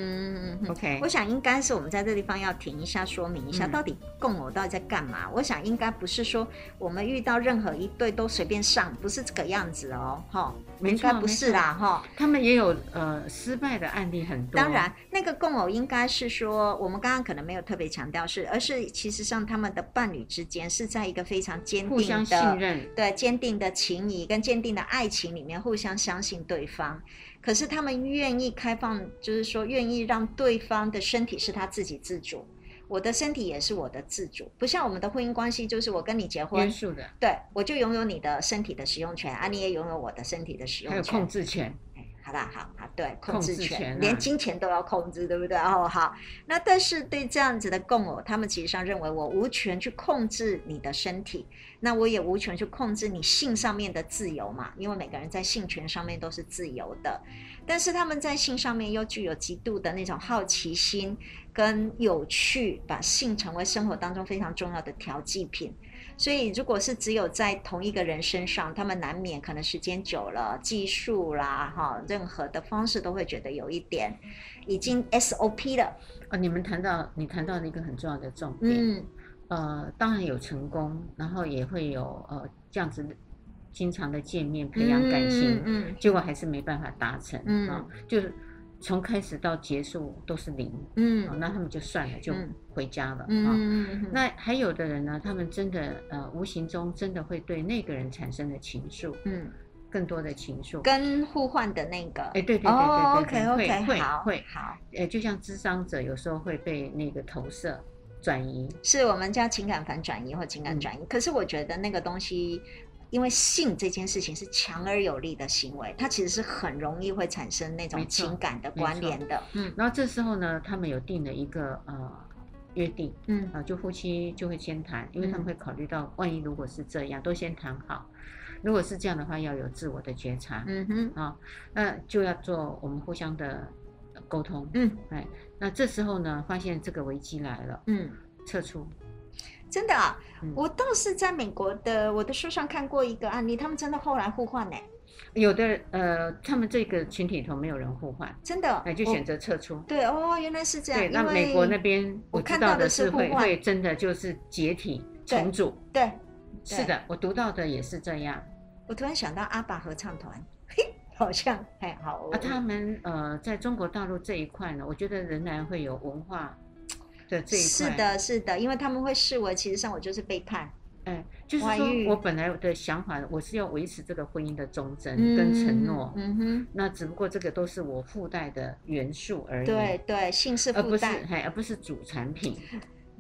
嗯嗯。
OK，
我想应该是我们在这地方要停一下，说明一下
嗯
到底共偶到底在干嘛。我想应该不是说我们遇到任何一对都随便上，不是这个样子哦，哈，
没
应
错啊
该不是啦，哈。
他们也有呃失败的案例很多。
当然，那个共偶应该是说，我们刚刚可能没有特别强调是，而是其实上他们的伴侣之间是在一个非常坚
互相
定
信
的、
任，
对坚定的情谊跟坚定的爱情里面互相相信对方。可是他们愿意开放，就是说愿意让对方的身体是他自己自主，我的身体也是我的自主，不像我们的婚姻关系，就是我跟你结
约
婚，
束的，
对我就拥有你的身体的使用权，啊，你也拥有我的身体的使
还有
用权
控。制权。
哎好啦，好好，对，
控
控制
制
权，
权啊
连金钱都要控制，对不对？哦，好，那但是对这样子的共偶，他们其实上认为我无权去控制你的身体，那我也无权去控制你性上面的自由嘛，因为每个人在性权上面都是自由的，但是他们在性上面又具有极度的那种好奇心跟有趣，把性成为生活当中非常重要的调剂品。所以，如果是只有在同一个人身上，他们难免可能时间久了，技术啦，哈，任何的方式都会觉得有一点已经 SOP 了。
哦，你们谈到你谈到了一个很重要的重点，
嗯
呃，当然有成功，然后也会有呃这样子经常的见面培养感情，
嗯
结果还是没办法达成，
嗯
啊就是从开始到结束都是零，
嗯
啊
嗯
那他们就算了，就
嗯
回家了，啊。
嗯，
那还有的人呢，他们真的呃，无形中真的会对那个人产生了情愫，
嗯
更多的情愫。
跟互换的那个，
哎，对对对
哦
对对对，
，OK
会
OK，
会
好，
会，
好，
呃，就像智商者有时候会被那个投射转移，
是我们叫情感反转移或情
嗯
感转移。可是我觉得那个东西，因为性这件事情是强而有力的行为，它其实是很容易会产生那
没
种
错
情感的关联的。嗯
然后这时候呢，他们有定了一个呃约定
嗯
啊、呃就夫妻就会先谈，因为他们
嗯
会考虑到，万一如果是这样，都先谈好。如果是这样的话，要有自我的觉察
嗯哼
啊、那就要做我们互相的呃沟通。
嗯
哎，那这时候呢，发现这个危机来了，
嗯，
撤出。
真的、啊，
嗯
我倒是在美国的我的书上看过一个案例，他们真的后来互换呢、
有的呃，他们这个群体里头没有人互换，
真的，
哎，就
我
选择撤出。
对哦，原来是这样。
对，那
因为
美国那边
我
我知
看到
道
的
的
是
是
互
会
换
会真的就是解体
对
重组。
对，
是的，我读到的也是这样。
我突然想到阿爸合唱团，嘿，好像哎好，我
啊，他们呃，在中国大陆这一块呢，我觉得仍然会有文化的这一块。
是，的，是的，因为他们会视为其实上我就是背叛，
哎，就是
外遇
说我本来的想法，我是要维持这个婚姻的忠贞
嗯
跟承诺。
嗯哼，
那只不过这个都是我附带的元素而已，
对，对，性是
而不
附
是
带。嗯
还而不是主产品。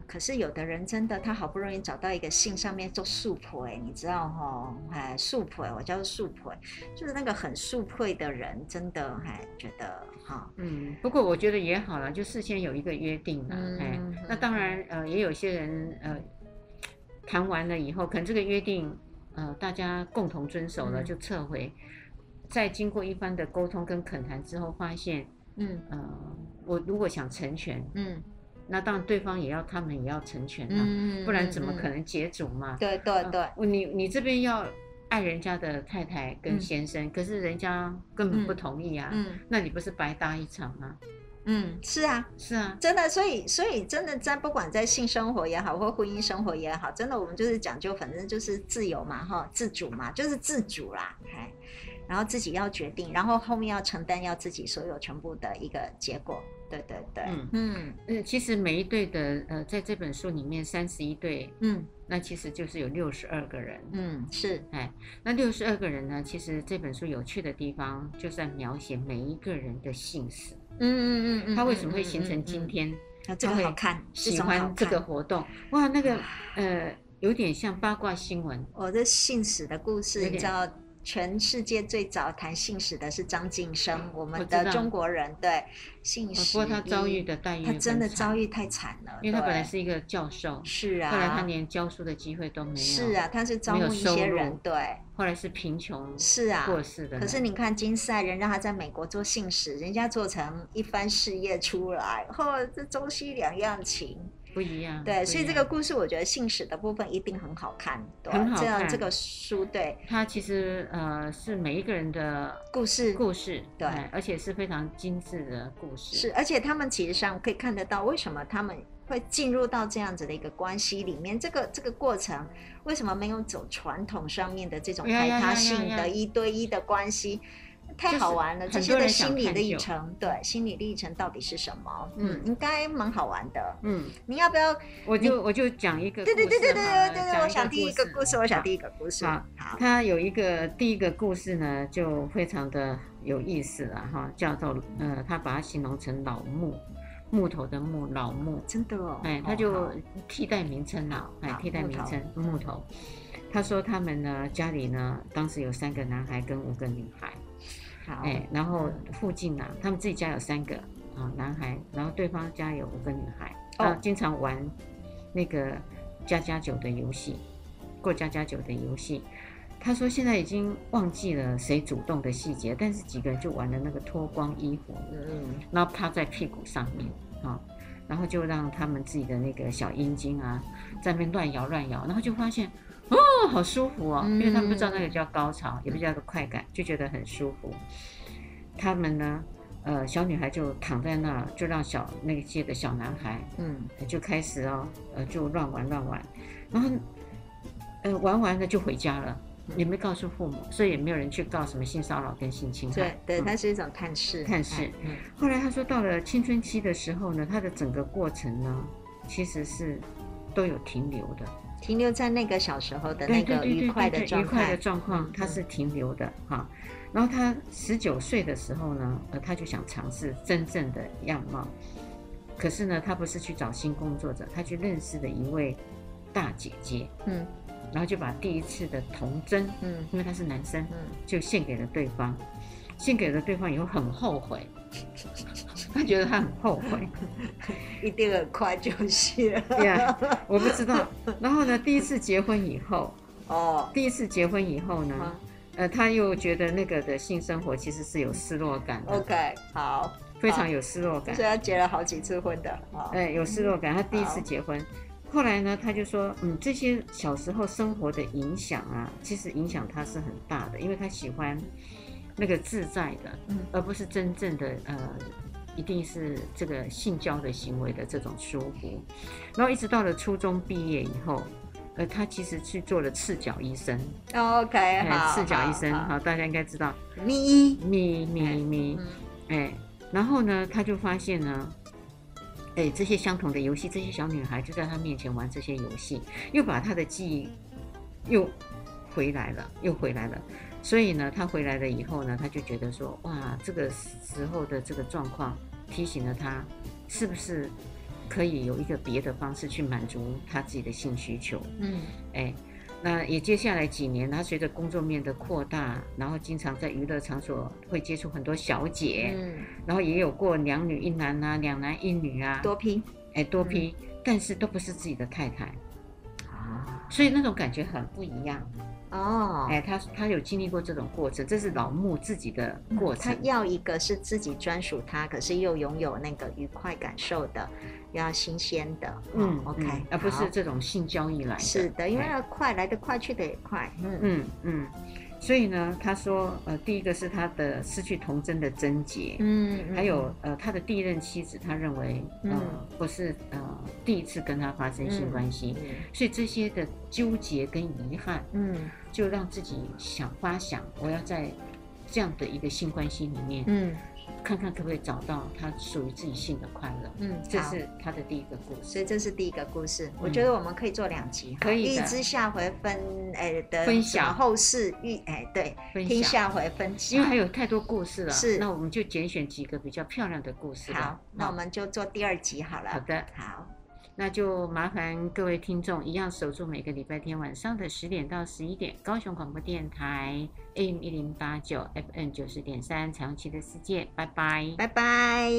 可是有的人真的，他好不容易找到一个性上面做素婆，哎，你知道哈、哎，素婆，我叫做素婆，就是那个很素配的人，真的还觉得哈、
嗯，不过我觉得也好啦，就事先有一个约定啦。
嗯
哎
嗯，
那当然，呃，也有些人呃谈完了以后，可能这个约定呃大家共同遵守了，
嗯
就撤回。在经过一番的沟通跟恳谈之后，发现，
嗯
呃，我如果想成全，
嗯
那当然对方也要，他们也要成全啊，
嗯，
不然怎么可
嗯？
能解组嘛？
对对对，
呃你你这边要爱人家的太太跟
嗯
先生，可是人家根本不
嗯
同意啊，
嗯
那你不是白搭一场吗？
嗯，是啊，
是啊，
真的，所以所以真的在不管在性生活也好，或婚姻生活也好，真的我们就是讲究，反正就是自由嘛，哈，自主嘛，就是自主啦，哎，然后自己要决定，然后后面要承担要自己所有全部的一个结果，对对对，
嗯
嗯
嗯，其实每一对的呃，在这本书里面三十一对，
嗯
那其实就是有六十二个人。
嗯，是，
那六十二个人呢，其实这本书有趣的地方就是在描写每一个人的姓氏，
嗯嗯嗯嗯，
他为什么会形成今
嗯？嗯嗯
天
啊这个好看，
喜
种好
欢这个
看，啊
活动？哇，那个呃，有点像八卦新闻。
我的信史的故事，
有
你
点
知道，全世界最早谈信史的是张晋生，我们
我知
的
道
中国人，对信
呃
史一。
不过他遭遇的待遇，
他真的遭，遇太惨了，
因为他本来
对
是一个教授，
是啊，
后来他连教书的机会都没有，
是，啊，他是招募一些
没有收
人
入，
对，
后来是贫穷
是啊。
过世的人。
可是你看金赛人让他在美国做哦信使，人家做成一番事业出来，嚯、这中西两样情，
不一样。
对，
不
所以
一
这
样
个故事我觉得信史的部分一定很好看，对，
很好
这样
看
这个书对
它其实呃是每一个人的
故事
故事，
对
哎而且是非常精致的故事。
是，而且他们其实上可以看得到为什么他们会进入到这样子的一个关系里面，这个这个过程为什么没有走传统上面的这种
呀
排
呀
他
呀呀
性的
呀
一对一的关系？太
就
好
是
玩了，这
很
些
多
的
人想
心理
探
历
究
程，对心理历程到底是什么？嗯
嗯，
应该蛮好玩的。
嗯，
你要不要？
我就我就讲一个故
对
事
对对对对
好了
对对
讲
对，我想
故
第一个故事，我想第一个故事。
好
好，
它有一个第一个故事呢，就非常的有意思了哈，叫做呃，他把它形容成老木，木头的木，老木，
真的哦。
哎，
哦
他就
好
替代名称啦，哎
好，
替代
木
名
头
称木头。他说他们呢，家里呢，当时有三个男孩跟五个女孩，
好
哎，然后附近啊，他们自己家有三个啊男孩，然后对方家有五个女孩，
哦
啊，经常玩那个加加酒的游戏，过加加酒的游戏。他说现在已经忘记了谁主动的细节，但是几个人就玩了那个脱光衣服，
嗯
然后趴在屁股上面啊、然后就让他们自己的那个小阴茎啊在那边乱摇乱摇，然后就发现哦好舒服
嗯
哦，因为他们不知道那个叫高潮，也不叫个快感，就觉得很舒服。他们呢，呃，小女孩就躺在那儿，就让小那些的小男孩
嗯
呃就开始哦，呃，就乱玩乱玩，然后，呃，玩完了就回家了，也没告诉父母，所以也没有人去告什么性骚扰跟性侵
嗯，
害
对。对，
嗯
它是一种探视，
探视
哎嗯
后来他说，到了青春期的时候呢，他的整个过程呢，其实是都有停留的，
停留在那个小时候的那
对对
个
对
愉
对
快
对
的
对，愉
状
快的
态。
状
嗯
况
嗯
他是停留的哈。然后他十九岁的时候呢，呃，他就想尝试真正的样貌，可是呢，他不是去找新工作者，他去认识了一位大姐姐，
嗯
然后就把第一次的童真，
嗯
因为他是男生，
嗯，
就献给了对方，献给了对方以后很后悔，他觉得他很后悔。
一定很快就是了。
对呀，我不知道。然后呢，第一次结婚以后，
哦，
第一次结婚以后呢
啊，
呃，他又觉得那个的性生活其实是有失落感的，
OK，好，
非常有失落感
所以。他结了好几次婚的。哦，
哎，有失落感。他第一
好
次结婚，后来呢，他就说，嗯，这些小时候生活的影响啊，其实影响他是很大的，因为他喜欢那个自在的，
嗯
而不是真正的呃，一定是这个性交的行为的这种舒服。然后一直到了初中毕业以后。呃，他其实去做了赤脚医生，哎
OK，好，哎
赤脚医生，
好，
好，大家应该知道，
咪一，
咪咪咪，
嗯
哎，然后呢，他就发现呢，哎，这些相同的游戏，这些小女孩就在他面前玩这些游戏，又把他的记忆又回来了，又回来了。所以呢，他回来了以后呢，他就觉得说，哇，这个时候的这个状况提醒了他，是不是可以有一个别的方式去满足他自己的性需求？
嗯
哎，那也接下来几年，他随着工作面的扩大，然后经常在娱乐场所会接触很多小姐，
嗯，
然后也有过两女一男啊，两男一女啊，
多批嗯
哎多批，但是都不是自己的太太，所以那种感觉很不一样。
哦。
哎，他他有经历过这种过程，这是老木自己的过
嗯他
程。
要一个是自己专属他，可是又拥有那个愉快感受的，要新鲜的。哦
嗯
，OK，
嗯而不
好
是这种性交易来的。
是的，因为
哎
要快来得快，去得也快。嗯
嗯嗯，所以呢，他说，呃，第一个是他的失去童真的症结，
嗯，
还有呃，他的第一任妻子，他认为呃
嗯
不是呃第一次跟他发生性关系，
嗯
所以这些的纠结跟遗憾，
嗯
就让自己想发想，我要在这样的一个性关系里面，
嗯
看看可不可以找到他属于自己性的快乐。
嗯，
这
好
是他的第一个故事。
所以这是第一个故事，我觉得我们可以做两集哈，
可以
一
的
之下回分哎的
分
什么
享
后世预哎对，
分
听
享，
下回分享。
因为还有太多故事了，
是
那我们就拣选几个比较漂亮的故事吧。
好，那我们就做第二集好了。
好的。
好，
那就麻烦各位听众一样守住每个礼拜天晚上的十点到十一点，高雄广播电台 AM 一零八九 FM 九十点三，彩虹旗的世界，拜拜。
拜拜。